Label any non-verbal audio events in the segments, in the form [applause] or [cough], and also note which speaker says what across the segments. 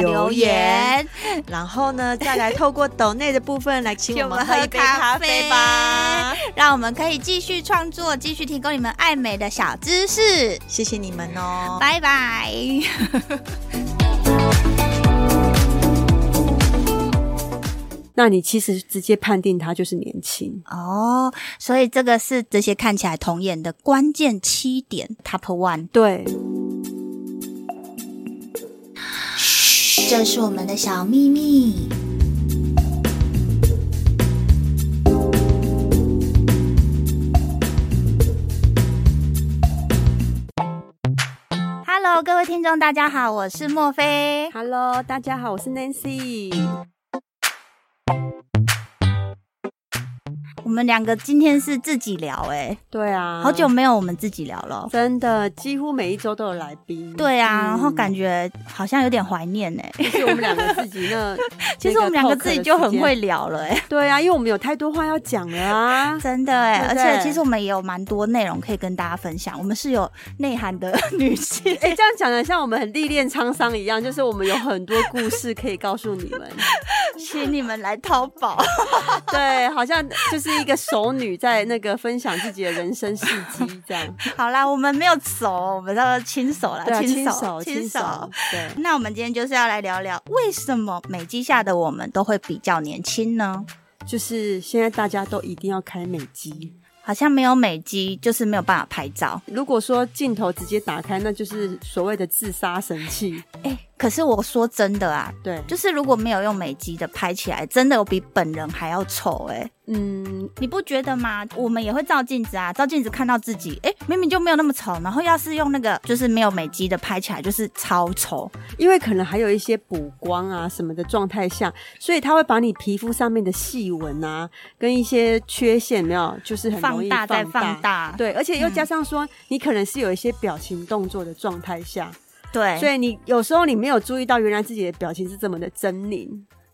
Speaker 1: 留言，。然后呢，再来透过抖内的部分来请
Speaker 2: 请
Speaker 1: 我
Speaker 2: 我
Speaker 1: 们
Speaker 2: 们
Speaker 1: 喝
Speaker 2: 喝
Speaker 1: 一
Speaker 2: 一
Speaker 1: 杯
Speaker 2: 杯
Speaker 1: 咖
Speaker 2: 咖
Speaker 1: 啡
Speaker 2: 啡
Speaker 1: 吧。
Speaker 2: 让我们可以继续创作，继续提供你们爱美的小知识。
Speaker 1: 谢谢你们哦。
Speaker 2: 拜拜。
Speaker 3: 那你其实直接判定他就是年轻。
Speaker 2: 哦，所以这个是这些看起来童颜的关键七点 Top One。
Speaker 3: 对，
Speaker 2: 这是我们的小秘密。Hello，各位听众，大家好，我是莫菲。
Speaker 3: Hello，大家好，我是 Nancy。
Speaker 2: 我们两个今天是自己聊、欸，
Speaker 3: 对啊，
Speaker 2: 好久没有我们自己聊了。
Speaker 3: 真的几乎每一周都有来宾。
Speaker 2: 对啊，然后感
Speaker 3: 觉
Speaker 2: 觉好像有点怀念呢、欸
Speaker 3: 是我们两个自己那，
Speaker 2: [laughs] 其实我们两个自己就很会
Speaker 3: 那个 talk 的时
Speaker 2: 聊了、欸，。
Speaker 3: 间。对啊，因为我们有太多话要讲了啊
Speaker 2: [laughs] 真的哎、而
Speaker 3: 对不对
Speaker 2: 且其实我们也有蛮多内容可以跟大家分享，我们是有内涵的 [laughs] 女性。
Speaker 3: 哎、这样讲的像我们很历练沧桑一样，就是我们有很多故事可以告诉你们。
Speaker 2: 请你们来淘宝。 [laughs]
Speaker 3: 对，好像就是一个熟女在那个分享自己的人生事迹这样。
Speaker 2: 好啦，我们没有手，我们叫做亲手啦，
Speaker 3: 对啊，
Speaker 2: 亲
Speaker 3: 亲
Speaker 2: 手，
Speaker 3: 手，亲手。，对。
Speaker 2: 那我们今天就是要来聊聊，为什么美肌下的我们都会比较年轻呢？
Speaker 3: 就是现在大家都一定要开美机。
Speaker 2: 好像没有美肌，就是没有办法拍照。
Speaker 3: 如果说镜头直接打开，那就是所谓的自杀神器。
Speaker 2: 哎、可是我说真的啊，
Speaker 3: 对，
Speaker 2: 就是如果没有用美肌的拍起来，真的有比本人还要丑哎、
Speaker 3: 嗯，
Speaker 2: 你不觉得吗？我们也会照镜子啊，照镜子看到自己，哎、明明就没有那么丑，然后要是用那个就是没有美肌的拍起来，就是超丑。
Speaker 3: 因为可能还有一些补光啊什么的状态下，所以它会把你皮肤上面的细纹啊跟一些缺陷有没有，就是很容
Speaker 2: 放
Speaker 3: 易
Speaker 2: 大再
Speaker 3: 放
Speaker 2: 放。大，嗯
Speaker 3: 对，而且又加上说，你可能是有一些表情动作的状态下，
Speaker 2: 对
Speaker 3: 所以你有时候你没有注意到，原来自己的表情是这么的狰狞。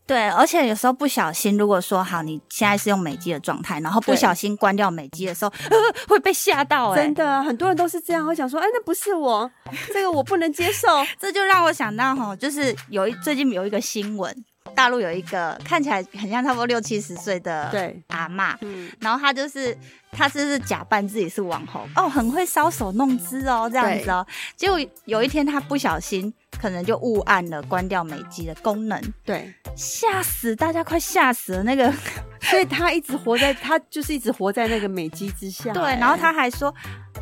Speaker 2: 对，而且有时候不小心，如果说好你现在是用美肌的状态，然后不
Speaker 3: 对
Speaker 2: 小心关掉美肌的时候，呃、会被吓到哎、
Speaker 3: 真的啊，很多人都是这样，会想说，哎，那不
Speaker 2: [laughs]
Speaker 3: 是我，这个我不能接受。
Speaker 2: 这就让我想到哈，就是有一最近有一个新闻，大陆有一个看起来很像差不多六七十岁的
Speaker 3: 对，
Speaker 2: 阿嬷，
Speaker 3: 嗯，
Speaker 2: 然后她就是她就是假扮自己是网红哦，很会搔首弄姿哦，这样子哦。结果有一天她不小心可能就误按了关掉美肌的功能，
Speaker 3: 对，
Speaker 2: 吓死大家，快吓死了那个。
Speaker 3: 所以他一直活在，他就是一直活在那个美肌之下。
Speaker 2: [laughs] 对，
Speaker 3: 哎
Speaker 2: 然后他还说：“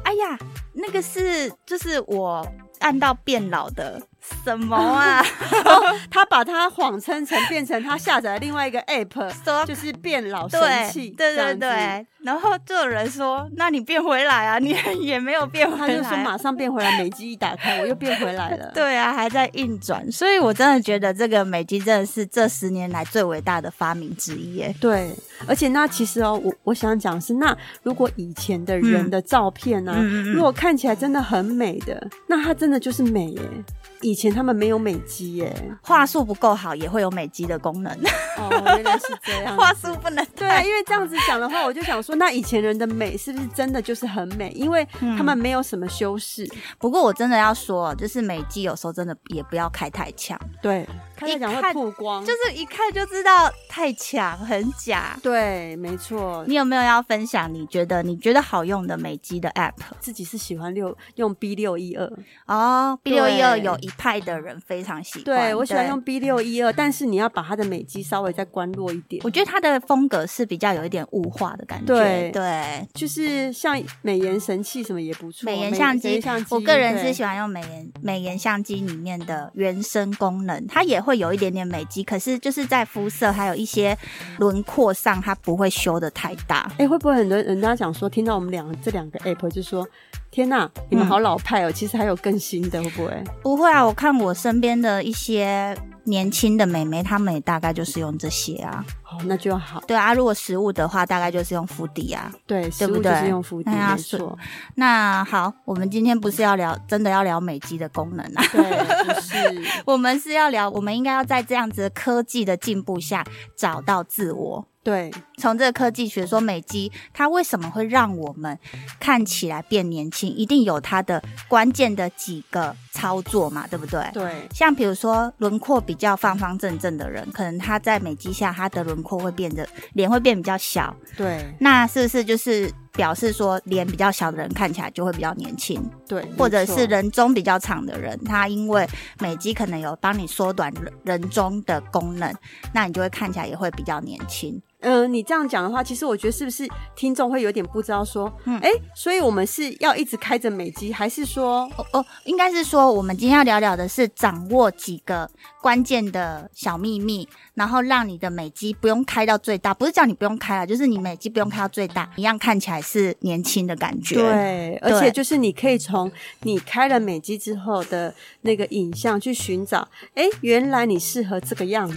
Speaker 2: 哎呀，那个是就是我按到变老的什么
Speaker 3: [laughs]
Speaker 2: 啊？
Speaker 3: 他把它谎称成变成他下载另外一个 app，
Speaker 2: 说
Speaker 3: 就是变老神
Speaker 2: 对
Speaker 3: 器，
Speaker 2: 对
Speaker 3: 这样
Speaker 2: 对
Speaker 3: 子。
Speaker 2: 对。”然后就有人说：“那你变回来啊，你也没有变回
Speaker 3: 他
Speaker 2: 来。”啊
Speaker 3: 就说马上变回来，美肌一打开，我又变回来了。
Speaker 2: [laughs] 对啊，还在硬转，所以我真的觉得这个美肌真的是这十年来最伟大的发明之一耶。
Speaker 3: 对，而且那其实哦，我我想讲是，那如果以前的人
Speaker 2: 嗯
Speaker 3: 的照片呢、啊，
Speaker 2: 嗯嗯嗯
Speaker 3: 如果看起来真的很美的，那它真的就是美耶。以前他们没有美肌耶，
Speaker 2: 话术不够好也会有美肌的功能，
Speaker 3: 哦，原来是这样子。
Speaker 2: 话术不能
Speaker 3: [laughs] 对啊，因为这样子讲的话，我就想说，那以前人的美是不是真的就是很美？因为
Speaker 2: 嗯
Speaker 3: 他们没有什么修饰。
Speaker 2: 不过我真的要说，就是美肌有时候真的也不要开太强。
Speaker 3: 对，开始讲
Speaker 2: 一
Speaker 3: 会
Speaker 2: 看
Speaker 3: 曝光，
Speaker 2: 就是一看就知道太强，很假。
Speaker 3: 对，没错。
Speaker 2: 你有没有要分享？你觉得你觉得好用的美肌的 App
Speaker 3: 自己是喜欢六用 B 六一二，
Speaker 2: 哦？B 六一二
Speaker 3: 对
Speaker 2: 有一派的人非常喜欢，
Speaker 3: 对我喜欢用。B 六一二，但是你要把它的美肌稍微再关弱一点。
Speaker 2: 我觉得它的风格是比较有一点雾化的感觉，
Speaker 3: 对
Speaker 2: 对，
Speaker 3: 就是像美颜神器什么也不错，
Speaker 2: 美颜相
Speaker 3: 美
Speaker 2: 机
Speaker 3: 颜相，机
Speaker 2: 我个人
Speaker 3: 对
Speaker 2: 是喜欢用美颜美颜相机里面的原生功能，它也会有一点点美肌，可是就是在肤色还有一些轮廓上，它不会修的太大。
Speaker 3: 哎、会不会很多人家讲说，听到我们两个这两个 app 就说，天呐、你们
Speaker 2: 嗯
Speaker 3: 好老派哦、其实还有更新的，会不会？
Speaker 2: 不会啊，我看我身边的一些年轻的美眉，她们也大概就是用这些啊。
Speaker 3: 好哦那就好。
Speaker 2: 对啊，如果食物的话，大概就是用敷底啊。
Speaker 3: 对，食
Speaker 2: 不
Speaker 3: 物就是
Speaker 2: 对
Speaker 3: 用敷底，
Speaker 2: 哎呀
Speaker 3: 没
Speaker 2: 是
Speaker 3: 错。
Speaker 2: 那好，我们今天不是要聊，真的要聊美肌的功能啊。 [laughs]
Speaker 3: 对，就是
Speaker 2: 我们是要聊，我们应该要在这样子的科技的进步下找到自我。
Speaker 3: 对
Speaker 2: 从这个科技学说美肌，它为什么会让我们看起来变年轻？一定有它的关键的几个操作嘛，对不对？
Speaker 3: 对
Speaker 2: 像比如说轮廓比较方方正正的人，可能他在美肌下，他的轮廓会变得脸会变比较小，
Speaker 3: 对
Speaker 2: 那是不是就是表示说脸比较小的人看起来就会比较年轻？
Speaker 3: 对，
Speaker 2: 或者
Speaker 3: 没错
Speaker 2: 是人中比较长的人，他因为美肌可能有帮你缩短人人中的功能，那你就会看起来也会比较年轻。
Speaker 3: 嗯，你这样讲的话，其实我觉得是不是听众会有点不知道说，哎、
Speaker 2: 嗯
Speaker 3: 所以我们是要一直开着美机，还是说，
Speaker 2: 哦哦，应该是说我们今天要聊聊的是掌握几个关键的小秘密，然后让你的美肌不用开到最大，不是叫你不用开啊，就是你美肌不用开到最大，一样看起来是年轻的感觉。
Speaker 3: 对，而且
Speaker 2: 对
Speaker 3: 就是你可以从你开了美机之后的那个影像去寻找，哎、原来你适合这个样子，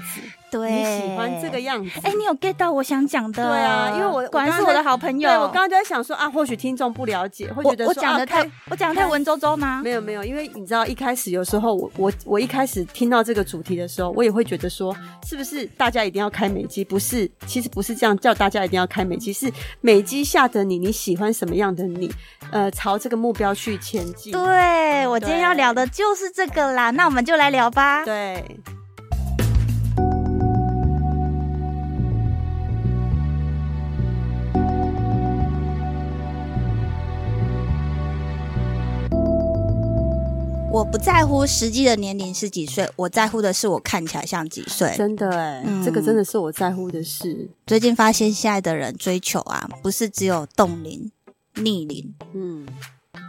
Speaker 2: 对，
Speaker 3: 你喜欢这个。样子。
Speaker 2: 哎、你有 get 到我想讲的？
Speaker 3: 对啊，因为我
Speaker 2: 果然是我的好朋友。
Speaker 3: 对，我刚刚就在想说啊，或许听众不了解，会
Speaker 2: 我
Speaker 3: 觉得
Speaker 2: 我
Speaker 3: 说
Speaker 2: 讲
Speaker 3: 啊
Speaker 2: 的
Speaker 3: 开
Speaker 2: 太我讲的太文绉绉吗？
Speaker 3: 没有没有，因为你知道一开始有时候我我我一开始听到这个主题的时候，我也会觉得说，是不是大家一定要开美肌？不是，其实不是这样叫大家一定要开美肌，是美肌下的你，你喜欢什么样的你，呃，朝这个目标去前进。
Speaker 2: 对，我今天
Speaker 3: 对
Speaker 2: 要聊的就是这个啦，那我们就来聊吧。
Speaker 3: 对
Speaker 2: 我不在乎实际的年龄是几岁，我在乎的是我看起来像几岁。
Speaker 3: 真的哎、
Speaker 2: 嗯
Speaker 3: 这个真的是我在乎的事。
Speaker 2: 最近发现现在的人追求啊，不是只有冻龄、逆龄，
Speaker 3: 嗯。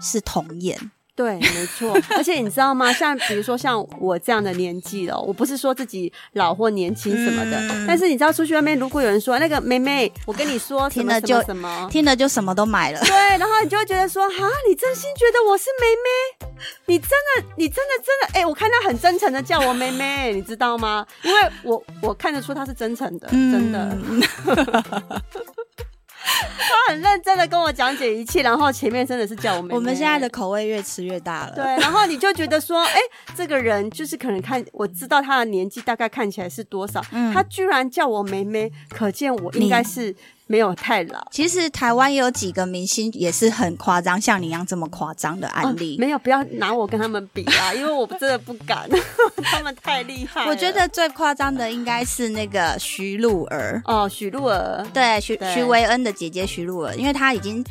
Speaker 2: 是童颜。
Speaker 3: 对，没错。而且你知道吗？像比如说像我这样的年纪了，我不是说自己老或年轻什么的，
Speaker 2: 嗯
Speaker 3: 但是你知道出去外面，如果有人说那个妹妹，我跟你说什
Speaker 2: 听
Speaker 3: 么
Speaker 2: 了
Speaker 3: 什
Speaker 2: 就
Speaker 3: 么什么，
Speaker 2: 听了就什么都买了。
Speaker 3: 对，然后你就会觉得说，哈，你真心觉得我是妹妹？你真的，你真的，真的，哎、我看她很真诚的叫我妹妹，你知道吗？因为我我看得出她是真诚的， [laughs] 真的，
Speaker 2: 嗯
Speaker 3: 她很认真的跟我讲解一切，然后前面真的是叫我妹妹。
Speaker 4: 我们现在的口味越吃越 [laughs] 大了。
Speaker 3: 对，然后你就觉得说，哎、 [laughs] 这个人就是可能看，我知道他的年纪大概看起来是多少，
Speaker 2: 嗯
Speaker 3: 他居然叫我妹妹，可见我应该是没有太老。
Speaker 4: 其实台湾也有几个明星也是很夸张，像你一样这么夸张的案例。
Speaker 3: 哦没有，不要拿我跟他们比啊，因为我真的不敢， [laughs] 他们太厉害了。
Speaker 4: 我觉得最夸张的应该是那个徐璐儿，
Speaker 3: 哦，许露儿，
Speaker 4: 对，徐
Speaker 3: 对
Speaker 4: 徐维恩的姐姐徐璐儿，因为她已经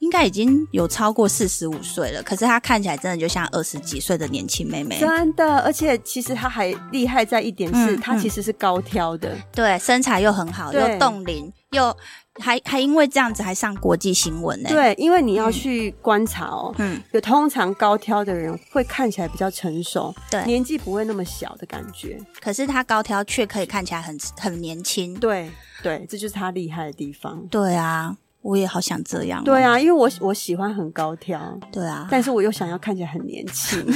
Speaker 4: 应该已经有超过四十五岁了，可是她看起来真的就像二十几岁的年轻妹妹，
Speaker 3: 真的，而且其实他还厉害在一点是，
Speaker 2: 嗯
Speaker 3: 他其实是高挑的，
Speaker 4: 对，身材又很好，
Speaker 3: 对
Speaker 4: 又冻龄，又还还因为这样子还上国际新闻呢、，
Speaker 3: 对，因为你要去观察哦。
Speaker 4: 嗯，
Speaker 3: 有通常高挑的人会看起来比较成熟，
Speaker 4: 对
Speaker 3: 年纪不会那么小的感觉，
Speaker 4: 可是她高挑却可以看起来很很年轻。
Speaker 3: 对对，这就是他厉害的地方。
Speaker 4: 对啊，我也好想这样哦、
Speaker 3: 对啊，因为我我喜欢很高挑，
Speaker 4: 对啊，
Speaker 3: 但是我又想要看起来很年轻。 [laughs]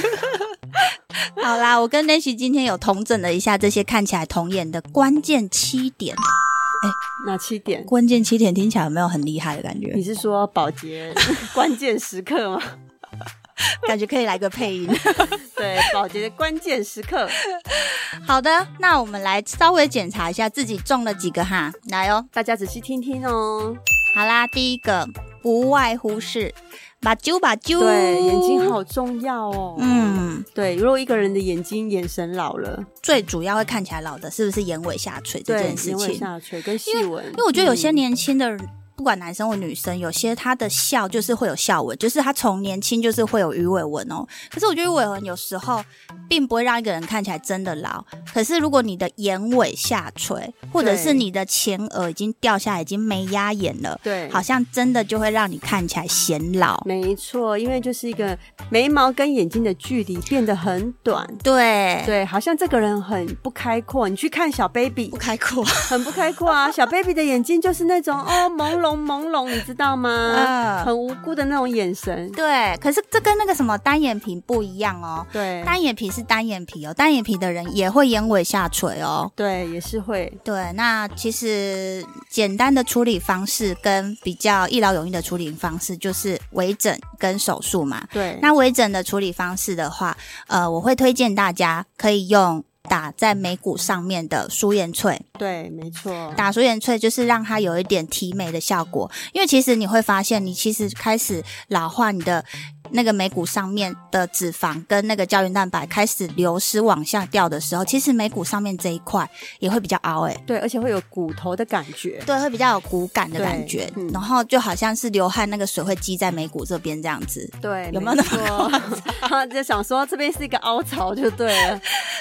Speaker 4: 好啦，我跟 Nancy 今天有同整了一下这些看起来童颜的关键七点。
Speaker 3: 哪七点？
Speaker 4: 关键七点听起来有没有很厉害的感觉
Speaker 3: 你？是说保洁 [laughs] 关键时刻吗？ [laughs]
Speaker 4: 感觉可以来个配音。 [laughs]
Speaker 3: 对，保洁的关键时刻。
Speaker 4: 好的，那我们来稍微检查一下自己中了几个哈，来哦。
Speaker 3: 大家仔细听听哦。
Speaker 4: 好啦，第一个不外乎是把揪把揪，
Speaker 3: 对，眼睛。好重要哦。嗯，
Speaker 4: 嗯，
Speaker 3: 对，如果一个人的眼睛眼神老了，
Speaker 4: 最主要会看起来老的，是不是眼尾下垂这
Speaker 3: 对
Speaker 4: 件，事
Speaker 3: 眼尾
Speaker 4: 情？
Speaker 3: 下垂跟细纹，嗯因
Speaker 4: 因为我觉得有些年轻的人，不管男生或女生，有些他的笑就是会有笑纹，就是他从年轻就是会有鱼尾纹哦。可是我觉得鱼尾纹有时候并不会让一个人看起来真的老。可是如果你的眼尾下垂，或者是你的前额已经掉下来，已经没压眼了，
Speaker 3: 对，
Speaker 4: 好像真的就会让你看起来显老。
Speaker 3: 没错，因为就是一个眉毛跟眼睛的距离变得很短。
Speaker 2: 哎
Speaker 4: 对，
Speaker 3: 对，好像这个人很不
Speaker 2: [laughs]
Speaker 3: 开阔。你去看小 baby，
Speaker 4: 不开阔，
Speaker 3: 很不开阔啊。小 baby 的眼睛就是那种哦朦胧胧朦胧，你知道吗？
Speaker 2: 嗯
Speaker 3: 很无辜的那种眼神。
Speaker 2: 对，可是这跟那个什么单眼皮不一样哦。
Speaker 3: 对
Speaker 2: 单眼皮是单眼皮哦，单眼皮的人也会眼尾下垂哦。
Speaker 3: 对，也是会。
Speaker 2: 对，那其实简单的处理方式跟比较一劳永逸的处理方式就是微整跟手术嘛。
Speaker 3: 对，
Speaker 2: 那微整的处理方式的话，呃，我会推荐大家可以用打在眉骨上面的舒颜萃。
Speaker 3: 对，没错。
Speaker 2: 打舒颜萃就是让它有一点提眉的效果，因为其实你会发现，你其实开始老化，你的那个眉骨上面的脂肪跟那个胶原蛋白开始流失往下掉的时候，其实眉骨上面这一块也会比较凹诶、欸
Speaker 3: 对，而且会有骨头的感觉。
Speaker 2: 对，会比较有骨感的感觉，
Speaker 3: 对嗯
Speaker 2: 然后就好像是流汗那个水会积在眉骨这边这样子，
Speaker 3: 对，
Speaker 2: 有没有那
Speaker 3: [laughs] 错？就想说这边是一个凹槽就对
Speaker 2: [laughs]
Speaker 3: 了。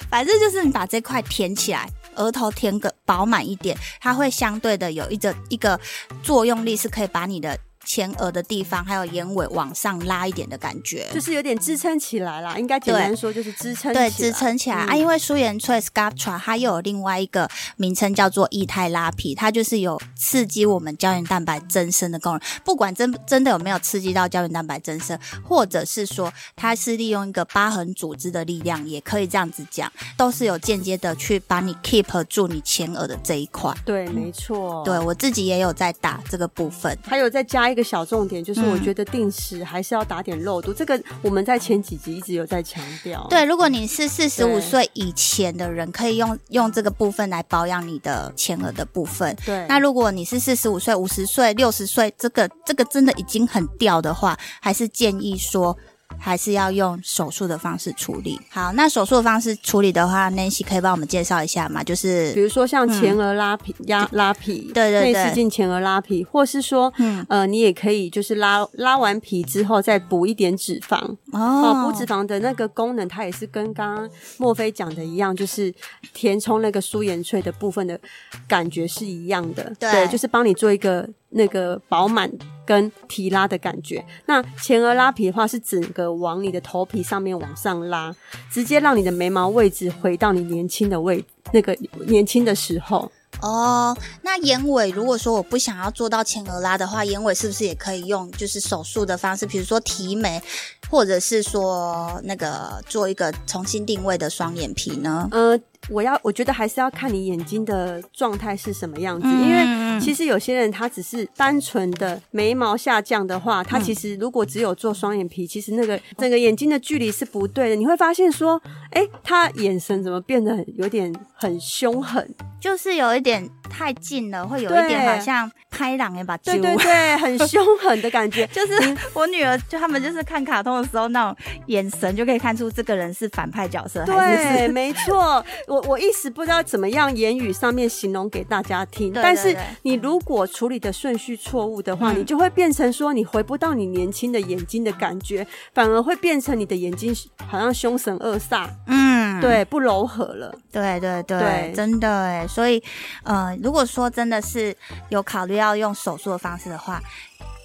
Speaker 2: 反正就是你把这块填起来，额头填个饱满一点，它会相对的有一个一个作用力，是可以把你的前额的地方还有眼尾往上拉一点的感觉。
Speaker 3: 就是有点支撑起来啦，应该简单说就是支撑起
Speaker 2: 对，
Speaker 3: 来，
Speaker 2: 支撑起来、啊！
Speaker 3: 嗯
Speaker 2: 因为舒颜萃 Sculptra 它又有另外一个名称叫做液态拉皮，它就是有刺激我们胶原蛋白增生的功能。不管真真的有没有刺激到胶原蛋白增生，或者是说它是利用一个疤痕组织的力量，也可以这样子讲，都是有间接的去把你 keep 住你前额的这一块。
Speaker 3: 对，没错，
Speaker 2: 对。我自己也有在打这个部分，
Speaker 3: 还有再加一个小重点，就是
Speaker 2: 嗯
Speaker 3: 我觉得定时还是要打点肉毒，这个我们在前几集一直有在强调。
Speaker 2: 对，如果你是四十
Speaker 3: 对
Speaker 2: 五岁以前的人，可以用用这个部分来保养你的前额的部分。
Speaker 3: 对，
Speaker 2: 那如果你是四十五岁、五十岁、六十岁，这个这个真的已经很掉的话，还是建议说。还是要用手术的方式处理。好，那手术的方式处理的话，Nancy 可以帮我们介绍一下吗？就是
Speaker 3: 比如说像前额拉皮、压拉皮，
Speaker 2: 嗯对对对
Speaker 3: 内视镜前额拉皮，或是说，
Speaker 2: 嗯
Speaker 3: 呃，你也可以就是拉拉完皮之后再补一点脂肪，哦，
Speaker 2: 嗯
Speaker 3: 补脂肪的那个功能，它也是跟刚刚墨菲讲的一样，就是填充那个舒颜萃的部分的感觉是一样的，
Speaker 2: 对
Speaker 3: 就是帮你做一个那个饱满跟提拉的感觉。那前额拉皮的话，是整个往你的头皮上面往上拉，直接让你的眉毛位置回到你年轻的位那个年轻的时候。
Speaker 2: 哦，那眼尾如果说我不想要做到前额拉的话，眼尾是不是也可以用就是手术的方式，比如说提眉，或者是说那个做一个重新定位的双眼皮呢？
Speaker 3: 呃，我要我觉得还是要看你眼睛的状态是什么样子，
Speaker 2: 嗯
Speaker 3: 因
Speaker 2: 嗯
Speaker 3: 为
Speaker 2: 嗯
Speaker 3: 其实有些人他只是单纯的眉毛下降的话，他其实如果只有做双眼皮，其实那个整个眼睛的距离是不对的。你会发现说，哎、他眼神怎么变得很有点很凶狠？
Speaker 2: 就是有一点太近了，会有
Speaker 3: 对
Speaker 2: 一点好像拍狼一把揪。
Speaker 3: 对。对 [laughs] 对，很凶狠的感
Speaker 2: [laughs]
Speaker 3: 觉 [laughs]
Speaker 2: 嗯就是 [laughs] 我女儿，就他们就是看卡通的时候那种眼神，就可以看出这个人是反派角色还是
Speaker 3: [laughs] 对，没错，我我一时不知道怎么样言语上面形容给大家听，
Speaker 2: 对
Speaker 3: 但
Speaker 2: 对
Speaker 3: 是
Speaker 2: 对
Speaker 3: 你如果处理的顺序错误的话，
Speaker 2: 嗯
Speaker 3: 你就会变成说你回不到你年轻的眼睛的感觉，反而会变成你的眼睛好像凶神恶煞，
Speaker 2: 嗯，
Speaker 3: 对，不柔和了。
Speaker 2: 对对对，
Speaker 3: 对
Speaker 2: 真的哎，所以呃，如果说真的是有考虑要用手术的方式的话，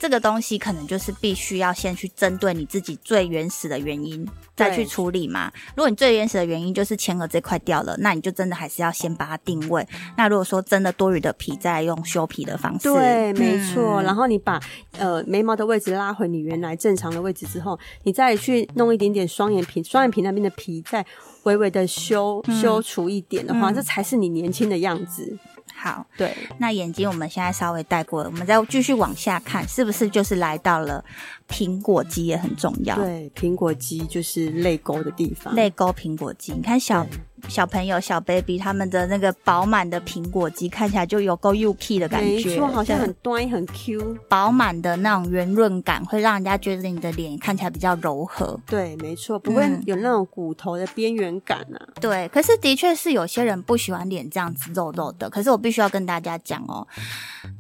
Speaker 2: 这个东西可能就是必须要先去针对你自己最原始的原因再去处理嘛。如果你最原始的原因就是前额这块掉了，那你就真的还是要先把它定位。那如果说真的多余的皮，再用修皮的方式。
Speaker 3: 对，
Speaker 2: 嗯
Speaker 3: 没错。然后你把呃眉毛的位置拉回你原来正常的位置之后，你再去弄一点点双眼皮，双眼皮那边的皮再微微的修、修除一点的话，
Speaker 2: 嗯
Speaker 3: 这才是你年轻的样子。
Speaker 2: 好，
Speaker 3: 对。
Speaker 2: 那眼睛我们现在稍微带过了，我们再继续往下看，是不是就是来到了苹果肌也很重要？
Speaker 3: 对，苹果肌就是泪沟的地方。
Speaker 2: 泪沟苹果肌，你看小小朋友、小 baby 他们的那个饱满的苹果肌，看起来就有够 UK 的感
Speaker 3: 没
Speaker 2: 觉，
Speaker 3: 错，好像
Speaker 2: 对
Speaker 3: 很端很 Q。
Speaker 2: 饱满的那种圆润感，会让人家觉得你的脸看起来比较柔和。
Speaker 3: 对，没错，不会
Speaker 2: 嗯
Speaker 3: 有那种骨头的边缘感啊。
Speaker 2: 对，可是的确是有些人不喜欢脸这样子肉肉的。可是我必须要跟大家讲哦，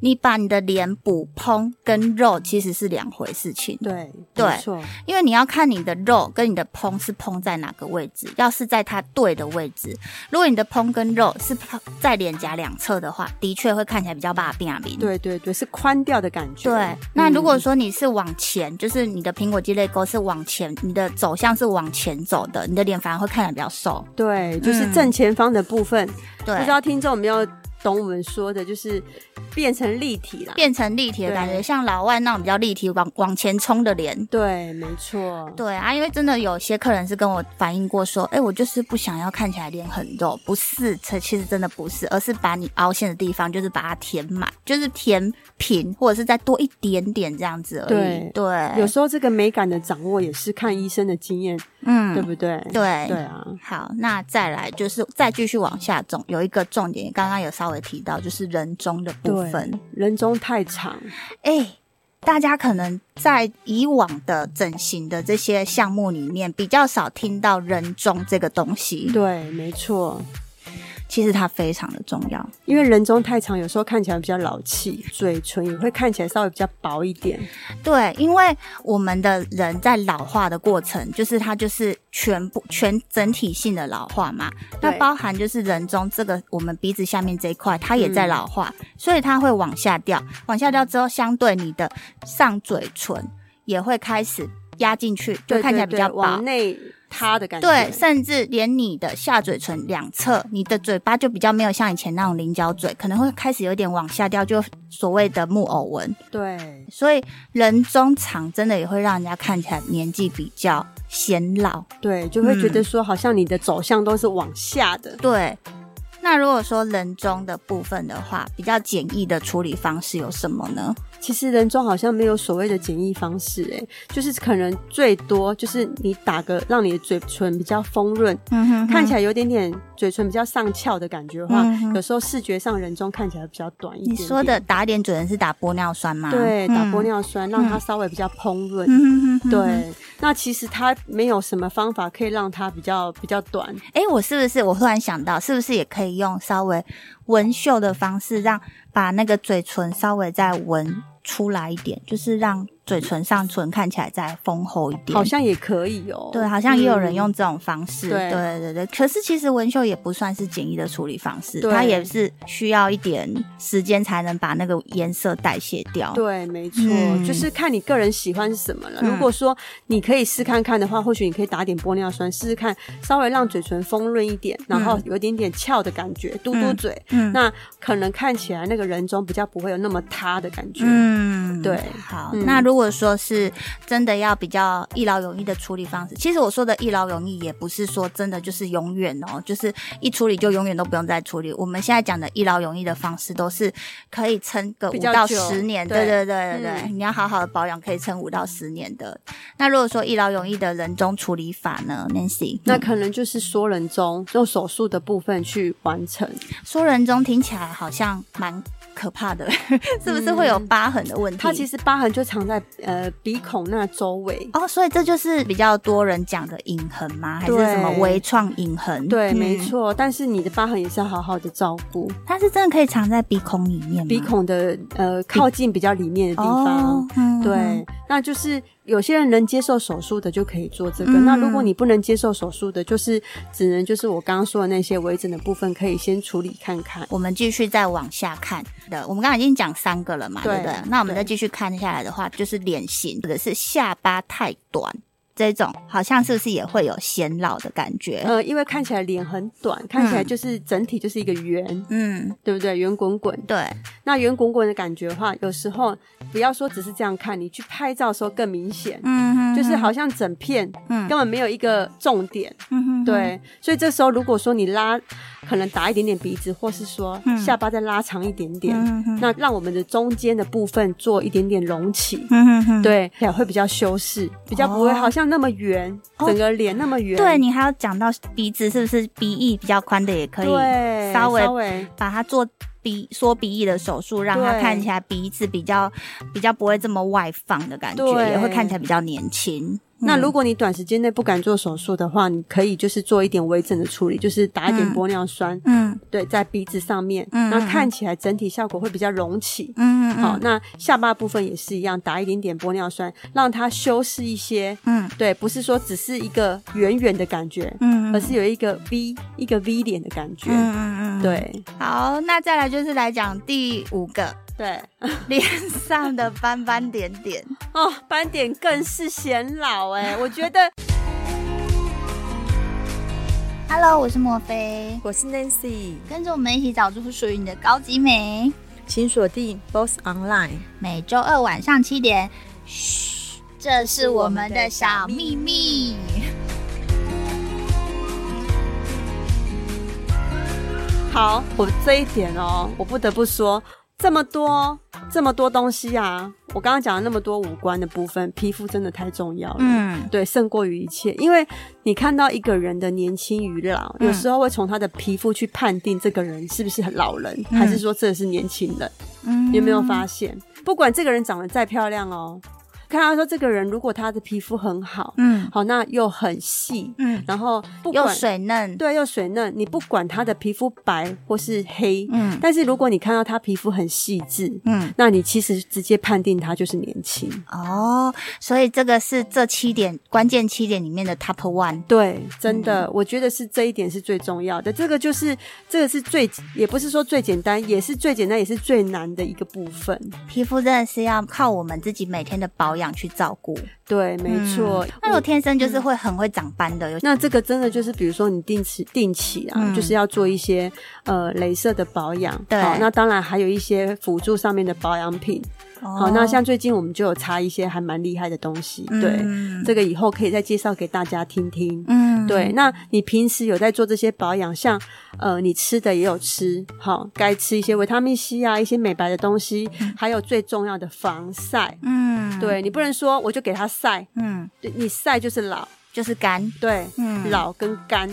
Speaker 2: 你把你的脸补嘭跟肉其实是两回事情。
Speaker 3: 对，
Speaker 2: 对
Speaker 3: 没错，
Speaker 2: 因为你要看你的肉跟你的烹是烹在哪个位置，要是在它对的位置，如果你的烹跟肉是烹在脸颊两侧的话，的确会看起来比较霸变啊饼。
Speaker 3: 对对对，是宽掉的感觉。
Speaker 2: 对，那如果
Speaker 3: 嗯
Speaker 2: 说你是往前，就是你的苹果肌泪沟是往前，你的走向是往前走的，你的脸反而会看起来比较瘦。
Speaker 3: 对，就是
Speaker 2: 嗯
Speaker 3: 正前方的部分，不
Speaker 2: 对
Speaker 3: 知，道听众有没有懂我们说的，就是变成立体啦。
Speaker 2: 变成立体的感觉，
Speaker 3: 对
Speaker 2: 像老外那种比较立体往往前冲的脸。
Speaker 3: 对，没错。
Speaker 2: 对啊，因为真的有些客人是跟我反映过说，哎、我就是不想要看起来脸很肉，不是，这其实真的不是，而是把你凹陷的地方就是把它填满，就是填平，或者是再多一点点这样子而已。
Speaker 3: 对
Speaker 2: 对，
Speaker 3: 有时候这个美感的掌握也是看医生的经验，对
Speaker 2: 嗯，
Speaker 3: 不对？
Speaker 2: 对
Speaker 3: 对啊，
Speaker 2: 好，那再来就是再继续往下种，有一个重点，刚刚有稍微提到，就是人中的部分。
Speaker 3: 人中太长，
Speaker 2: 哎、大家可能在以往的整形的这些项目里面，比较少听到人中这个东西。
Speaker 3: 对，没错。
Speaker 2: 其实它非常的重要。
Speaker 3: 因为人中太长，有时候看起来比较老气，嘴唇也会看起来稍微比较薄一点。
Speaker 2: 对，因为我们的人在老化的过程，就是它就是全部全整体性的老化嘛。那
Speaker 3: 对
Speaker 2: 包含就是人中这个我们鼻子下面这一块，它也在老化，
Speaker 3: 嗯
Speaker 2: 所以它会往下掉。往下掉之后，相对你的上嘴唇也会开始压进去，就
Speaker 3: 对
Speaker 2: 看起来
Speaker 3: 对
Speaker 2: 比
Speaker 3: 对
Speaker 2: 较薄
Speaker 3: 往。内塌的感觉。
Speaker 2: 对，甚至连你的下嘴唇两侧，你的嘴巴就比较没有像以前那种菱角嘴，可能会开始有点往下掉，就所谓的木偶纹。
Speaker 3: 对
Speaker 2: 所以人中长真的也会让人家看起来年纪比较显老。
Speaker 3: 对，就会觉得
Speaker 2: 嗯
Speaker 3: 说好像你的走向都是往下的。
Speaker 2: 对，那如果说人中的部分的话，比较简易的处理方式有什么呢？
Speaker 3: 其实人中好像没有所谓的简易方式、欸，就是可能最多就是你打个让你的嘴唇比较丰润，
Speaker 2: 嗯哼
Speaker 3: 看起
Speaker 2: 来
Speaker 3: 来有点点嘴唇比较上翘的感觉的话，
Speaker 2: 嗯哼
Speaker 3: 有时候视觉上人中看起来比较嗯短一点
Speaker 2: 你
Speaker 3: 点
Speaker 2: 说的打点准是打玻尿酸吗？
Speaker 3: 对，打玻
Speaker 2: 嗯。
Speaker 3: 尿酸、让它稍微比较蓬润。
Speaker 2: 嗯哼哼哼哼
Speaker 3: 对，那其实它没有什么方法可以让它比较比较短，
Speaker 2: 哎，我是不是我突然想到，是不是也可以用稍微纹绣的方式，让把那个嘴唇稍微再纹出来一点，就是让嘴唇上唇看起来再丰厚一点。
Speaker 3: 好像也可以哦。
Speaker 2: 对，好像也有人
Speaker 3: 嗯
Speaker 2: 用这种方式。
Speaker 3: 对
Speaker 2: 对对对，可是其实纹绣也不算是简易的处理方式，
Speaker 3: 对
Speaker 2: 它也是需要一点时间才能把那个颜色代谢掉。
Speaker 3: 对，没错，
Speaker 2: 嗯
Speaker 3: 就是看你个人喜欢是什么了。
Speaker 2: 嗯
Speaker 3: 如果说你可以试看看的话，或许你可以打点玻尿酸试试看，稍微让嘴唇丰润一点，然后有一点点翘的感觉，嘟嘟嘴，
Speaker 2: 嗯
Speaker 3: 那可能看起来那个人中比较不会有那么塌的感觉。
Speaker 2: 嗯，
Speaker 3: 对
Speaker 2: 好，
Speaker 3: 嗯
Speaker 2: 那如果说是真的要比较一劳永逸的处理方式，其实我说的一劳永逸也不是说真的就是永远哦，就是一处理就永远都不用再处理。我们现在讲的一劳永逸的方式，都是可以撑个
Speaker 3: 比
Speaker 2: 五
Speaker 3: 较
Speaker 2: 到
Speaker 3: 久
Speaker 2: 十年，
Speaker 3: 对嗯
Speaker 2: 对对对对对，你要好好的保养，可以撑五到十年的。那如果说一劳永逸的人中处理法呢，Nancy，
Speaker 3: 那
Speaker 2: 嗯
Speaker 3: 可能就是缩人中用手术的部分去完成，
Speaker 2: 说人中听起来好像蛮可怕的， [laughs] 是不是会有疤痕的问题？
Speaker 3: 它其实疤痕就藏在呃鼻孔那周围，
Speaker 2: 哦，所以这就是比较多人讲的隐痕吗？还是
Speaker 3: 对
Speaker 2: 什么微创隐痕？
Speaker 3: 对，
Speaker 2: 嗯
Speaker 3: 没。错。但是你的疤痕也是要好好的照顾，
Speaker 2: 它是真的可以藏在鼻孔里面吗？
Speaker 3: 鼻孔的呃靠近比较里面的地方，
Speaker 2: 哦，嗯
Speaker 3: 对，那就是有些人能接受手术的就可以做这个。
Speaker 2: 嗯
Speaker 3: 那如果你不能接受手术的，就是只能就是我刚刚说的那些微整的部分，可以先处理看看。
Speaker 2: 我们继续再往下看的，我们刚才已经讲三个了嘛，
Speaker 3: 对
Speaker 2: 对不对？那我们
Speaker 3: 对
Speaker 2: 再继续看下来的话，就是脸型或者是下巴太短这种，好像是不是也会有显老的感觉？
Speaker 3: 呃，因为看起来脸很短，看起来就是整体就是一个圆，
Speaker 2: 嗯，
Speaker 3: 对不对？圆滚滚。
Speaker 2: 对，
Speaker 3: 那圆滚滚的感觉的话，有时候不要说只是这样看，你去拍照的时候更明显，
Speaker 2: 嗯哼，
Speaker 3: 就是好像整片
Speaker 2: 嗯
Speaker 3: 根本没有一个重点。
Speaker 2: 嗯哼，
Speaker 3: 对，所以这时候如果说你拉，可能打一点点鼻子，或是说下巴再拉长一点点，
Speaker 2: 嗯哼，
Speaker 3: 那让我们的中间的部分做一点点隆起，
Speaker 2: 嗯哼哼，
Speaker 3: 对，也会比较修饰，比较不会
Speaker 2: 哦
Speaker 3: 好像那么圆，
Speaker 2: 哦
Speaker 3: 整个脸那么圆。
Speaker 2: 对你还要讲到鼻子是不是鼻翼比较宽的也可以
Speaker 3: 对，
Speaker 2: 稍微嗯
Speaker 3: 稍微
Speaker 2: 把它做鼻缩鼻翼的手术，让它
Speaker 3: 对
Speaker 2: 看起来鼻子比较比较不会这么外放的感觉，
Speaker 3: 对
Speaker 2: 也会看起来比较年轻。
Speaker 3: 那
Speaker 2: 嗯
Speaker 3: 如果你短时间内不敢做手术的话，你可以就是做一点微整的处理，就是打一点
Speaker 2: 嗯
Speaker 3: 玻尿酸，
Speaker 2: 嗯
Speaker 3: 对，在鼻子上面，
Speaker 2: 嗯
Speaker 3: 那
Speaker 2: 嗯
Speaker 3: 看起来整体效果会比较隆起。
Speaker 2: 嗯嗯
Speaker 3: 好，
Speaker 2: 嗯
Speaker 3: 那下巴部分也是一样，打一点点玻尿酸，让它修饰一些。
Speaker 2: 嗯
Speaker 3: 对，不是说只是一个圆圆的感觉，
Speaker 2: 嗯
Speaker 3: 而是有一个 V 一个 V 脸的感觉。
Speaker 2: 嗯嗯嗯，
Speaker 3: 对
Speaker 2: 好，那再来就是来讲第五个
Speaker 3: 对，
Speaker 2: 脸上的斑斑点点。
Speaker 3: 哦，斑点
Speaker 2: [laughs]
Speaker 3: 更是显老哎、我觉得
Speaker 2: Hello， ，Hello，我是莫菲，
Speaker 1: 我是 Nancy，
Speaker 2: 跟着我们一起找出属于你的高级美。
Speaker 1: 请锁定 Boss Online。
Speaker 2: 每周二晚上七点，嘘，这是我们的小秘密。
Speaker 3: 好，我这一点哦，我不得不说，这么多这么多东西啊，我刚刚讲了那么多五官的部分，皮肤真的太重要了。
Speaker 2: 嗯，
Speaker 3: 对，胜过于一切，因为你看到一个人的年轻与老，
Speaker 2: 嗯
Speaker 3: 有时候会从他的皮肤去判定这个人是不是老人，还是说这是年轻人。
Speaker 2: 嗯
Speaker 3: 你有没有？发现，不管这个人长得再漂亮哦，看他说这个人如果他的皮肤很好，
Speaker 2: 嗯
Speaker 3: 好那又很细，
Speaker 2: 嗯，
Speaker 3: 然后不
Speaker 2: 又
Speaker 3: 管
Speaker 2: 水嫩，
Speaker 3: 对又水嫩，你不管他的皮肤白或是黑，
Speaker 2: 嗯
Speaker 3: 但是如果你看到他皮肤很细致，
Speaker 2: 嗯，
Speaker 3: 那你其实直接判定他就是年轻。
Speaker 2: 哦，所以这个是这七点关键七点里面的 top one。
Speaker 3: 对，真
Speaker 2: 嗯
Speaker 3: 的，我觉得是这一点是最重要的。这个就是，这个是最，也不是说最简单，也是最简单，也是最难的一个部分。
Speaker 2: 皮肤真的是要靠我们自己每天的保养去照顾。
Speaker 3: 对，没错。
Speaker 2: 嗯那如果天生就是会很会长斑的，有
Speaker 3: 那这个真的就是，比如说你定期定期啊，
Speaker 2: 嗯
Speaker 3: 就是要做一些呃镭射的保养。
Speaker 2: 对
Speaker 3: 好那当然还有一些辅助上面的保养品。
Speaker 2: 嗯哦
Speaker 3: 好，哦那像最近我们就有擦一些还蛮厉害的东西。对，
Speaker 2: 嗯
Speaker 3: 这个以后可以再介绍给大家听听。
Speaker 2: 嗯
Speaker 3: 对，那你平时有在做这些保养，像呃，你吃的也有吃，好，该吃一些维他命 C 啊，一些美白的东西，还有最重要的防晒。
Speaker 2: 嗯，
Speaker 3: 对你不能说我就给它晒，
Speaker 2: 嗯，
Speaker 3: 对你晒就是老，
Speaker 2: 就是干，
Speaker 3: 对，
Speaker 2: 嗯，
Speaker 3: 老跟干，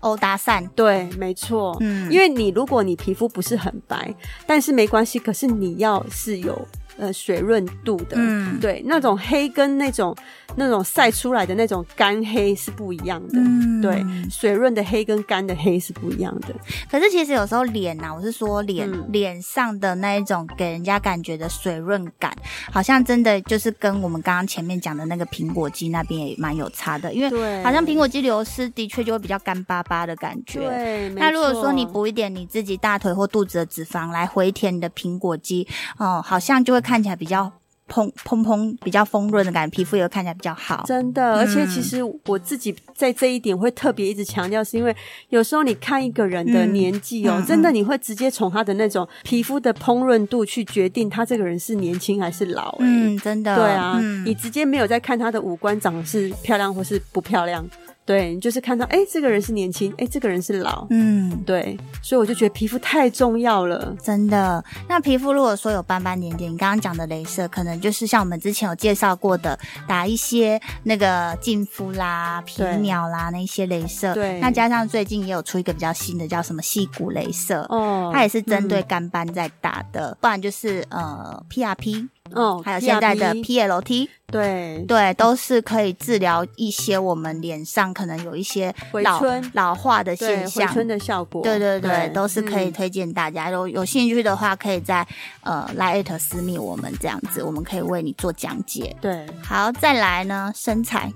Speaker 2: 欧搭讪，
Speaker 3: 对，没错，
Speaker 2: 嗯
Speaker 3: 因为你如果你皮肤不是很白，但是没关系，可是你要是有呃水润度的，
Speaker 2: 嗯
Speaker 3: 对，那种黑跟那种那种晒出来的那种干黑是不一样的，
Speaker 2: 嗯
Speaker 3: 对，水润的黑跟干的黑是不一样的，
Speaker 2: 可是其实有时候脸呐、啊，我是说脸、
Speaker 3: 嗯
Speaker 2: 脸上的那一种给人家感觉的水润感，好像真的就是跟我们刚刚前面讲的那个苹果肌那边也蛮有差的，因为
Speaker 3: 对，
Speaker 2: 好像苹果肌流失的确就会比较干巴巴的感觉。
Speaker 3: 对，没
Speaker 2: 那如果说你
Speaker 3: 错
Speaker 2: 补一点你自己大腿或肚子的脂肪来回填你的苹果肌，哦、好像就会看起来比较蓬蓬蓬，比较丰润的感觉，皮肤也会看起来比较好。
Speaker 3: 真的，而且
Speaker 2: 嗯
Speaker 3: 其实我自己在这一点会特别一直强调，是因为有时候你看一个人的
Speaker 2: 嗯
Speaker 3: 年纪哦，
Speaker 2: 嗯
Speaker 3: 真的你会直接从他的那种皮肤的烹润度去决定他这个人是年轻还是老、欸。
Speaker 2: 嗯，真的。
Speaker 3: 对啊，
Speaker 2: 嗯
Speaker 3: 你直接没有在看他的五官长得是漂亮或是不漂亮，对你就是看到哎、诶这个人是年轻，哎、这个人是老，
Speaker 2: 嗯，
Speaker 3: 对，所以我就觉得皮肤太重要了。
Speaker 2: 真的，那皮肤如果说有斑斑点点，你刚刚讲的镭射，可能就是像我们之前有介绍过的，打一些那个净肤啦、皮
Speaker 3: 对
Speaker 2: 秒啦那一些镭射。
Speaker 3: 对
Speaker 2: 那加上最近也有出一个比较新的，叫什么细骨镭射，
Speaker 3: 哦，
Speaker 2: 它也是针对
Speaker 3: 嗯、
Speaker 2: 干斑在打的，不然就是呃 PRP，
Speaker 3: 哦，
Speaker 2: 还有现在的
Speaker 3: PRP
Speaker 2: PLT，
Speaker 3: 对
Speaker 2: 对，都是可以治疗一些我们脸上可能有一些
Speaker 3: 回
Speaker 2: 老
Speaker 3: 春
Speaker 2: 老化的
Speaker 3: 对
Speaker 2: 现
Speaker 3: 回
Speaker 2: 象。
Speaker 3: 春的效果，
Speaker 2: 对对对，都是可以
Speaker 3: 嗯
Speaker 2: 推荐大家。如果有兴趣的话，可以在呃来艾特私密我们这样子，我们可以为你做讲解。
Speaker 3: 对。
Speaker 2: 好，再来呢，身材，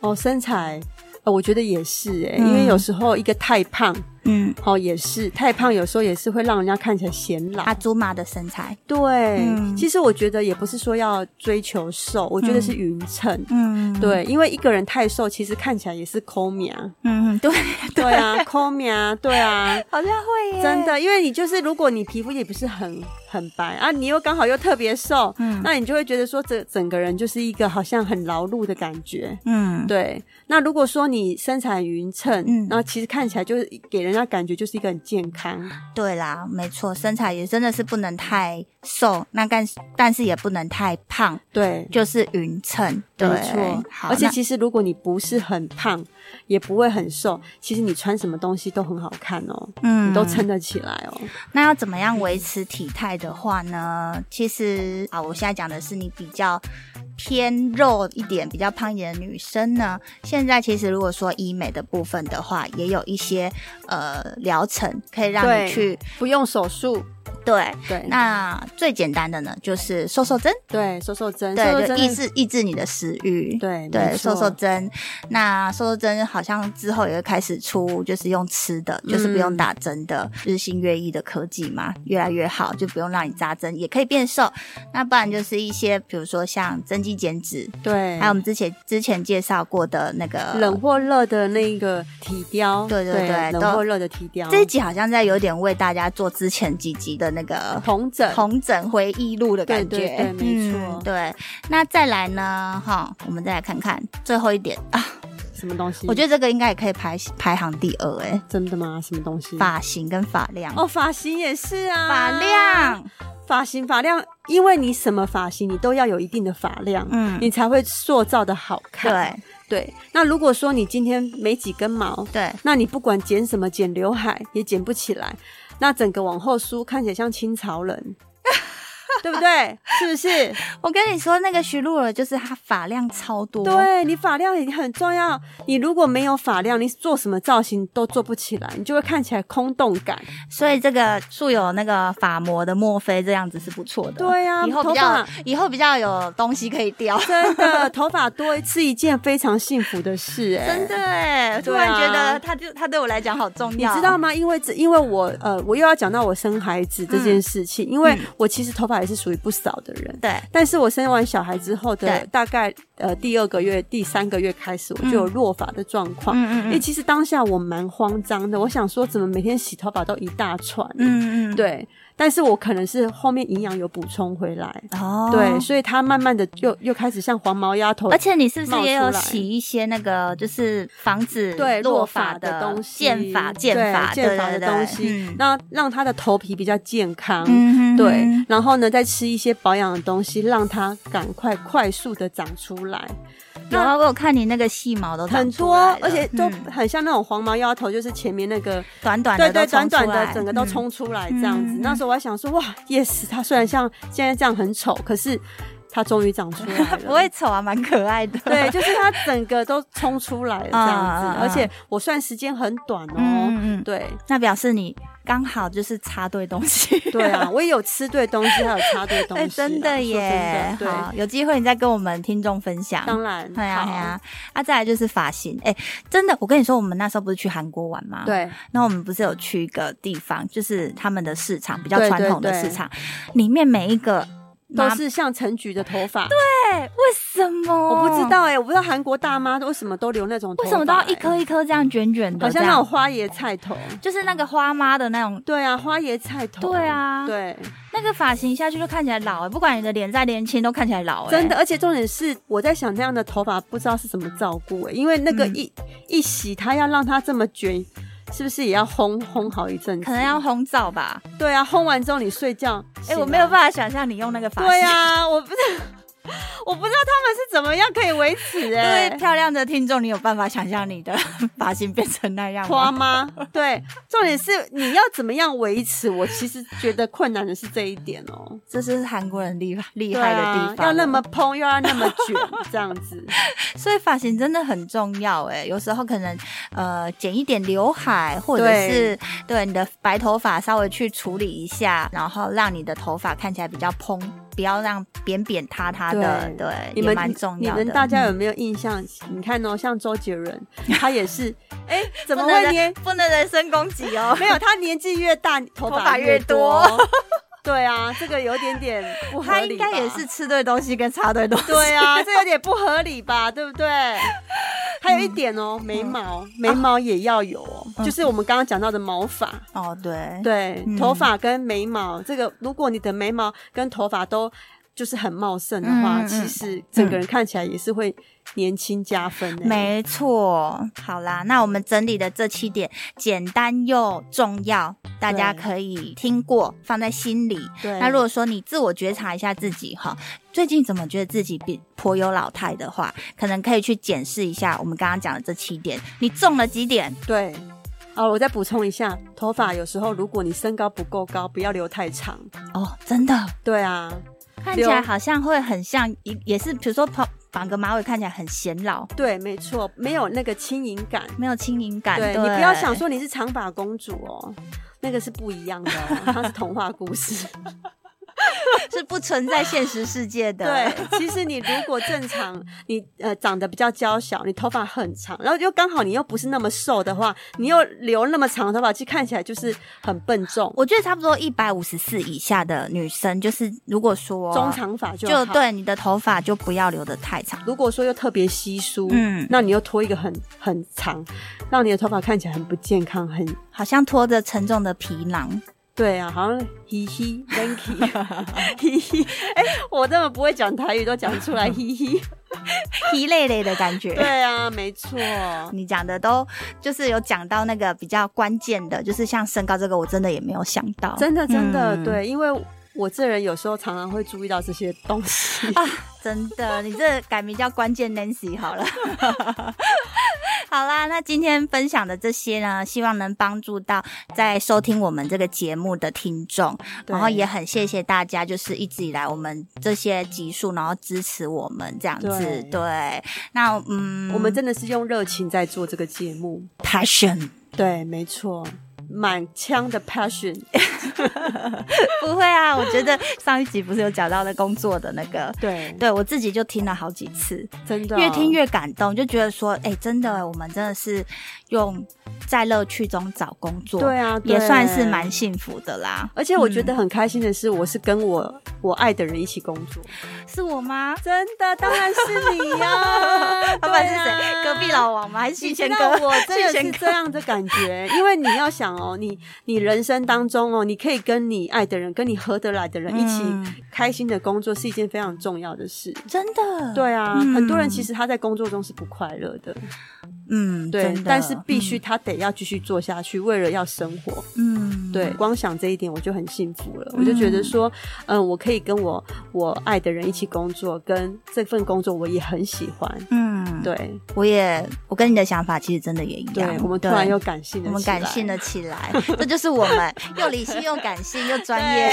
Speaker 3: 哦，身材，呃，我觉得也是哎、
Speaker 2: 嗯
Speaker 3: 因为有时候一个太胖，
Speaker 2: 嗯，
Speaker 3: 哦，也是太胖，有时候也是会让人家看起来显老。
Speaker 2: 阿祖玛的身材，
Speaker 3: 啊对，
Speaker 2: 嗯
Speaker 3: 其实我觉得也不是说要追求瘦，我觉得是匀称。
Speaker 2: 嗯，，
Speaker 3: 对，因为一个人太瘦，其实看起来也是抠面。
Speaker 2: 嗯，对，
Speaker 3: [laughs] 对啊，抠面，对 [laughs] 啊，
Speaker 2: 好像会耶，
Speaker 3: 真，的，因为你就是如果你皮肤也不是很很白啊，你又刚好又特别瘦，
Speaker 2: 嗯
Speaker 3: 那你就会觉得说这整个人就是一个好像很劳碌的感觉。
Speaker 2: 嗯，
Speaker 3: 对，那如果说你身材匀称，
Speaker 2: 嗯
Speaker 3: 然后其实看起来就是给人家感觉就是一个很健康，
Speaker 2: [laughs] 对啦，没错，身材也真的是不能太瘦，那但但是也不能太胖，
Speaker 3: 对，
Speaker 2: 就是匀称，对，
Speaker 3: 没错。
Speaker 2: 好，
Speaker 3: 而且
Speaker 2: 那
Speaker 3: 其实如果你不是很胖，也不会很瘦，其实你穿什么东西都很好看哦，
Speaker 2: 嗯
Speaker 3: 你都撑得起来哦。
Speaker 2: 那要怎么样维持体态的话呢？其实啊，我现在讲的是你比较偏肉一点、比较胖一点的女生呢。现在其实如果说医美的部分的话，也有一些呃疗程可以让
Speaker 3: 对
Speaker 2: 你去
Speaker 3: 不用手术，
Speaker 2: 对对，
Speaker 3: 对，
Speaker 2: 那最简单的呢，就是瘦瘦针，
Speaker 3: 对瘦瘦针，瘦瘦
Speaker 2: 对，就
Speaker 3: 针
Speaker 2: 抑制抑制你的食欲。
Speaker 3: 对
Speaker 2: 对，
Speaker 3: 没
Speaker 2: 瘦
Speaker 3: 错
Speaker 2: 瘦针。那瘦瘦针好像之后也会开始出，就是用吃的，
Speaker 3: 嗯
Speaker 2: 就是不用打针的，日新月异的科技嘛，越来越好，就不用让你扎针，也可以变瘦。那不然就是一些，比如说像增肌减脂，
Speaker 3: 对，
Speaker 2: 还有我们之前之前介绍过的那个
Speaker 3: 冷。或热的那个体雕，
Speaker 2: 对对对
Speaker 3: 冷
Speaker 2: 都
Speaker 3: 或热的体雕，
Speaker 2: 这一集好像在有点为大家做之前几集的那个
Speaker 3: 同枕
Speaker 2: 同整回忆录的感觉，
Speaker 3: 对对对没错
Speaker 2: 嗯对，那再来呢？哈，我们再来看看最后一点啊，
Speaker 3: 什么东西？
Speaker 2: 我觉
Speaker 3: 得
Speaker 2: 得这个应该也可以排排行第二哎、
Speaker 3: 真的吗？什么东西？
Speaker 2: 发型跟发量，
Speaker 3: 哦，发型也是啊，
Speaker 2: 发量， [laughs]
Speaker 3: 发型发量，因为你什么发型你都要有一定的发量，
Speaker 2: 嗯
Speaker 3: 你才会塑造的好看。
Speaker 2: 对
Speaker 3: 对对，那如果说你今天没几根毛，
Speaker 2: 对
Speaker 3: 那你不管剪什么，剪刘海也剪不起来，那整个往后梳看起来像清朝
Speaker 2: [laughs]
Speaker 3: 人，对不对？是不是？
Speaker 2: 我跟你说，那个徐璐儿就是她发量超多，
Speaker 3: 对你发量也很重要，你如果没有发量，你做什么造型都做不起来，你就会看起来空洞感。
Speaker 2: 所以这个素有那个发膜的墨菲这样子是不错的，
Speaker 3: 对啊
Speaker 2: 以后比
Speaker 3: 头
Speaker 2: 较
Speaker 3: 发
Speaker 2: 以后比较有东西可以雕，
Speaker 3: 真的，头发多是一件非常幸福
Speaker 2: [laughs]
Speaker 3: 的事、
Speaker 2: [laughs]
Speaker 3: 哎，
Speaker 2: 真的 [laughs] 哎，突
Speaker 3: 对啊
Speaker 2: 然觉得他就他对我来讲好重
Speaker 3: 你
Speaker 2: 要，
Speaker 3: 知道吗？因为这，因为我呃，我又要讲到我生孩子
Speaker 2: 嗯
Speaker 3: 这件事情，因为我其实头发也是属于不少的人，
Speaker 2: 对，
Speaker 3: 但是我生完小孩之后的
Speaker 2: 对
Speaker 3: 大概呃第二个月、第三个月开始，我就有落发的状况。
Speaker 2: 嗯
Speaker 3: 因为其实当下我蛮慌张的，我想说怎么每天洗头发都一大串，
Speaker 2: 嗯嗯，
Speaker 3: 对，但是我可能是后面营养有补充回来，
Speaker 2: 哦，
Speaker 3: 对，所以它慢慢的又又开始像黄毛丫头
Speaker 2: 而，且你是不是
Speaker 3: 哦冒
Speaker 2: 也有
Speaker 3: 出来
Speaker 2: 洗一些那个，就是防止
Speaker 3: 对
Speaker 2: 落
Speaker 3: 落
Speaker 2: 发
Speaker 3: 发的东西，
Speaker 2: 剑法、剑
Speaker 3: 对
Speaker 2: 法、
Speaker 3: 剑法
Speaker 2: 对
Speaker 3: 的
Speaker 2: 对
Speaker 3: 东
Speaker 2: 对
Speaker 3: 西
Speaker 2: 嗯，
Speaker 3: 那让他的头皮比较健康。
Speaker 2: 嗯哼
Speaker 3: 对
Speaker 2: 哼，
Speaker 3: 然后呢，再吃一些保养的东西，让它赶快快速的长出来，
Speaker 2: 有啊，我有看你那个细毛都长
Speaker 3: 很
Speaker 2: 出
Speaker 3: 多
Speaker 2: 来了，
Speaker 3: 而且都
Speaker 2: 嗯
Speaker 3: 很像那种黄毛丫头，就是前面那个
Speaker 2: 短短
Speaker 3: 对
Speaker 2: 的
Speaker 3: 对
Speaker 2: 都
Speaker 3: 短
Speaker 2: 冲出来，
Speaker 3: 短的整个都
Speaker 2: 嗯。
Speaker 3: 冲出来这样子。
Speaker 2: 嗯
Speaker 3: 那时候我还想说，哇，yes，它虽然像现在这样很丑，可是它终于长出
Speaker 2: [laughs]
Speaker 3: 来了，
Speaker 2: 不会丑啊，蛮可爱的。
Speaker 3: 对，就是它整个都冲出来了这
Speaker 2: [laughs]
Speaker 3: 样
Speaker 2: 啊啊
Speaker 3: 子
Speaker 2: 啊，
Speaker 3: 而且我算时间很短哦。
Speaker 2: 嗯，嗯嗯，
Speaker 3: 对
Speaker 2: 那表示你刚好就是插对东西。
Speaker 3: [laughs] 对
Speaker 2: [laughs]
Speaker 3: 啊，我也有吃对东西，还有插对东西
Speaker 2: 哎，
Speaker 3: 啦，
Speaker 2: 真的
Speaker 3: 说
Speaker 2: 耶！
Speaker 3: 真的
Speaker 2: 好，有机会你再跟我们听众分享
Speaker 3: 对，。当然，
Speaker 2: 对呀
Speaker 3: 好
Speaker 2: 对呀，啊，再来就是发型。哎，真的，我跟你说，我们那时候不是去韩国玩吗？。
Speaker 3: 对
Speaker 2: 那我们不是有去一个地方，就是他们的市场比较
Speaker 3: 对
Speaker 2: 传
Speaker 3: 对
Speaker 2: 统的
Speaker 3: 对
Speaker 2: 市场，里面每一个
Speaker 3: 都
Speaker 2: 妈
Speaker 3: 是像陈菊的头发，
Speaker 2: 哎，为什么？
Speaker 3: 我不知道哎，我不知道韩国大妈为什么都留那种头发，
Speaker 2: 为什么都要一
Speaker 3: 哎，
Speaker 2: 颗一颗这样卷卷的，
Speaker 3: 好像
Speaker 2: 这
Speaker 3: 那
Speaker 2: 样
Speaker 3: 种花椰菜头。
Speaker 2: 就是那个花妈的那种。
Speaker 3: 对啊，花椰菜头。
Speaker 2: 对啊
Speaker 3: 对，
Speaker 2: 那个发型下去就看起来老、欸，不管你的脸再年轻都看起来老、欸，
Speaker 3: 真的，而且重点是，我在想那样的头发不知道是怎么照顾、欸，因为那个
Speaker 2: 嗯
Speaker 3: 一、一洗，它要让它这么卷，是不是也要烘烘好一阵子？
Speaker 2: 可能要烘燥吧。
Speaker 3: 对啊，烘完之后你睡觉，
Speaker 2: 哎、我没有办法想象你用那个发
Speaker 3: 法
Speaker 2: 型，
Speaker 3: 啊对啊， [laughs] 我不知道，我不知道他们是怎么样可以维持
Speaker 2: 各
Speaker 3: 哎、
Speaker 2: 位漂亮的听众，你有办法想象你的 [laughs] 发型变成那样
Speaker 3: 花
Speaker 2: 吗？
Speaker 3: 吗？对，重点是你要怎么样维持？我其实觉得困难的是这一点哦、
Speaker 2: 这是韩国人厉害厉害的地方、哦
Speaker 3: 对啊，要那么蓬，又要那么
Speaker 2: [laughs]
Speaker 3: 卷，这样子。
Speaker 2: 所以发型真的很重要哎、有时候可能呃剪一点刘海，或者
Speaker 3: 对
Speaker 2: 是对你的白头发稍微去处理一下，然后让你的头发看起来比较蓬，不要让扁扁塌塌的，
Speaker 3: 对
Speaker 2: 对，
Speaker 3: 你
Speaker 2: 也
Speaker 3: 们
Speaker 2: 蛮重要
Speaker 3: 你
Speaker 2: 的。
Speaker 3: 们大家有
Speaker 2: 嗯
Speaker 3: 没有印象？你看哦，像周杰伦，他
Speaker 2: [laughs]
Speaker 3: 也是，哎、怎么
Speaker 2: 不能
Speaker 3: 会
Speaker 2: 人
Speaker 3: 年？
Speaker 2: 不能人身攻击哦
Speaker 3: 没有？他年纪越大，头
Speaker 2: 头发
Speaker 3: 发
Speaker 2: 越
Speaker 3: 多。 [laughs] 对啊，这个有点点不合
Speaker 2: 他
Speaker 3: 理
Speaker 2: 应
Speaker 3: 吧。
Speaker 2: 该也是吃对东西跟插对 [laughs] 东西。
Speaker 3: 对啊，这有点不合理吧？对不
Speaker 2: [laughs]
Speaker 3: 对？还有一点哦，
Speaker 2: 嗯
Speaker 3: 眉毛，眉毛也要有哦，就是我们刚刚讲到的毛发。
Speaker 2: 哦，对，
Speaker 3: 对，
Speaker 2: 啊嗯
Speaker 3: 头发跟眉毛，这个如果你的眉毛跟头发都就是很茂盛的话，
Speaker 2: 嗯嗯嗯
Speaker 3: 其实整个人看起来也是会年轻加分的、
Speaker 2: 没错。好啦，那我们整理的这七点简单又重要，大家
Speaker 3: 对
Speaker 2: 可以听过，放在心里。
Speaker 3: 对，
Speaker 2: 那如果说你自我觉察一下自己哈，最近怎么觉得自己比颇有老态的话，可能可以去检视一下我们刚刚讲的这七点，你中了几点？
Speaker 3: 对。哦，我再补充一下，头发有时候如果你身高不够高，不要留太长。
Speaker 2: 哦，真的
Speaker 3: 对啊，
Speaker 2: 看起来
Speaker 3: 留
Speaker 2: 好像会很像，也也是比如说绑绑个马尾，看起来很显老，
Speaker 3: 对，没错，没有那个轻盈感。
Speaker 2: 没有轻盈感。 [laughs]
Speaker 3: 对你不要想说你是长发公主哦，那个是不一样的
Speaker 2: [laughs]
Speaker 3: 哦、它是童话故事。
Speaker 2: 是不存在现实世界的。
Speaker 3: [laughs] 对，其实你如果正常，你呃长得比较娇小，你头发很长，然后又刚好你又不是那么瘦的话，你又留那么长的头发，其实看起来就是很笨重。
Speaker 2: 我觉得差不多一百五十四以下的女生，就是如果说
Speaker 3: 中长发就
Speaker 2: 就
Speaker 3: 好。
Speaker 2: 对你的头发就不要留得太长。
Speaker 3: 如果说又特别稀疏，
Speaker 2: 嗯，
Speaker 3: 那你又拖一个很很长，让你的头发看起来很不健康，很
Speaker 2: 好像拖着沉重的皮囊，
Speaker 3: 对啊，好像嘻 [laughs] 嘻 t h a n k you，嘻 [laughs] 嘻，哎、我这么不会讲台语都讲出 [laughs] 来嘻嘻，
Speaker 2: 皮累累的感觉。
Speaker 3: 对啊，没错，
Speaker 2: 你讲的都就是有讲到那个比较关键的，就是像身高这个，我真的也没有想到，
Speaker 3: 真的真的、
Speaker 2: 嗯
Speaker 3: 对，因为我这人有时候常常会注意到这些东西。
Speaker 2: 真的，你这改名叫关键 Nancy 好了。 [laughs] 好啦，那今天分享的这些呢，希望能帮助到在收听我们这个节目的听众，
Speaker 3: 对
Speaker 2: 然后也很谢谢大家，就是一直以来我们这些集数，然后支持我们这样子。
Speaker 3: 对
Speaker 2: 对，那嗯，
Speaker 3: [laughs] 我们真的是用热情在做这个节目，
Speaker 2: passion
Speaker 3: 对，没错，满腔的 passion，
Speaker 2: [laughs] 不会啊，我觉得上一集不是有讲到那工作的那个，
Speaker 3: [laughs] 对，
Speaker 2: 对我自己就听了好几次，
Speaker 3: 真的
Speaker 2: 越听越感动，就觉得说，哎、真的，我们真的是用在乐趣中找工作，
Speaker 3: 对啊，
Speaker 2: 也
Speaker 3: 对
Speaker 2: 算是蛮幸福的啦。
Speaker 3: 而且我觉得很开心的是，我是跟我我爱的人一起工作，
Speaker 2: 是我吗？
Speaker 3: 真的，当然是你 [laughs] 呀、
Speaker 2: 老板是
Speaker 3: 对
Speaker 2: 谁？
Speaker 3: 啊
Speaker 2: 隔壁老王吗？还是旭
Speaker 3: 你
Speaker 2: 谦
Speaker 3: 知
Speaker 2: 哥
Speaker 3: 道？我真
Speaker 2: 旭
Speaker 3: 的
Speaker 2: 谦
Speaker 3: 是
Speaker 2: 哥
Speaker 3: 这样的感觉，因为你要想哦，你你人生当中哦，你可以跟你爱的人、跟你合得来的人一起
Speaker 2: 嗯
Speaker 3: 开心的工作，是一件非常重要的事。
Speaker 2: 真的，，
Speaker 3: 对啊，
Speaker 2: 嗯
Speaker 3: 很多人其实他在工作中是不快乐的，
Speaker 2: 嗯，
Speaker 3: 对
Speaker 2: 真的，嗯
Speaker 3: 但是必须他得要继续做下去，为了要生活。
Speaker 2: 嗯，嗯，
Speaker 3: 对，光想这一点我就很幸福了。我就觉得说，嗯，我可以跟我我爱的人一起工作，跟这份工作我也很喜欢。
Speaker 2: 嗯，，
Speaker 3: 对，
Speaker 2: 我也，我跟你的想法其实真的也一样
Speaker 3: 对，，我们突然
Speaker 2: 对
Speaker 3: 又感性了，
Speaker 2: 我们感性
Speaker 3: 的，
Speaker 2: 了起来，这就是我
Speaker 3: [laughs]
Speaker 2: 们又理性又感性又专业。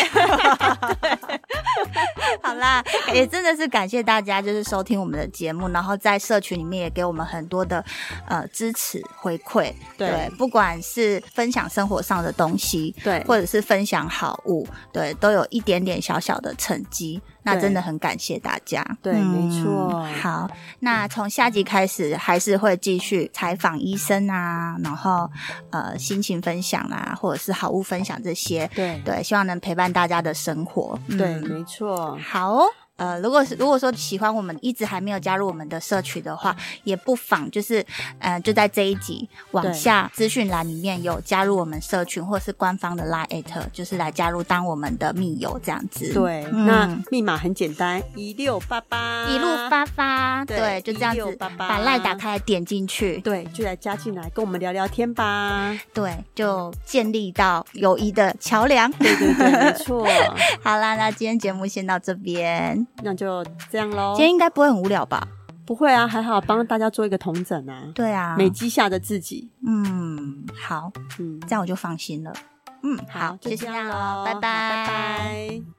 Speaker 2: 好啦，也真的是感谢大家，就是收听我们的节目，然后在社群里面也给我们很多的呃支持回馈。
Speaker 3: 对
Speaker 2: 不管是分享生活上的东西，
Speaker 3: 对，
Speaker 2: 或者是分享好物，对，都有一点点小小的成绩。那真的很感谢大家。嗯
Speaker 3: 对没错
Speaker 2: 好，那从下集开始还是会继续采访医生啊，然后呃心情分享啊，或者是好物分享这些。
Speaker 3: 对
Speaker 2: 对，希望能陪伴大家的生活。嗯
Speaker 3: 对，没错，
Speaker 2: 好哦、呃，如果是如果说喜欢我们，一直还没有加入我们的社区的话，也不妨就是，呃，就在这一集往
Speaker 3: 对
Speaker 2: 下资讯栏里面有加入我们社群或是官方的 Line at，就是来加入当我们的密友这样子。
Speaker 3: 对。
Speaker 2: 嗯
Speaker 3: 那密码很简单，一六八八，
Speaker 2: 一路，发发，
Speaker 3: 对
Speaker 2: 对，就这样子
Speaker 3: 1688
Speaker 2: 把 Line 打开点进去，
Speaker 3: 对，就来加进来跟我们聊聊天吧。
Speaker 2: [laughs] 对，就建立到友谊的桥梁。
Speaker 3: 对对对，没错， [laughs]
Speaker 2: 好啦，那今天节目先到这边，
Speaker 3: 那就这样喽
Speaker 2: 今。天应该不会很无聊吧？
Speaker 3: 不会啊，还好帮大家做一个同整啊，
Speaker 2: 对啊，
Speaker 3: 美肌下的自己，
Speaker 2: 嗯，好，
Speaker 3: 嗯，
Speaker 2: 这样我就放心了。嗯，好，
Speaker 3: 就
Speaker 2: 就这
Speaker 3: 这样
Speaker 2: 样喽，
Speaker 3: 喽，
Speaker 2: 拜拜，
Speaker 3: 好拜拜。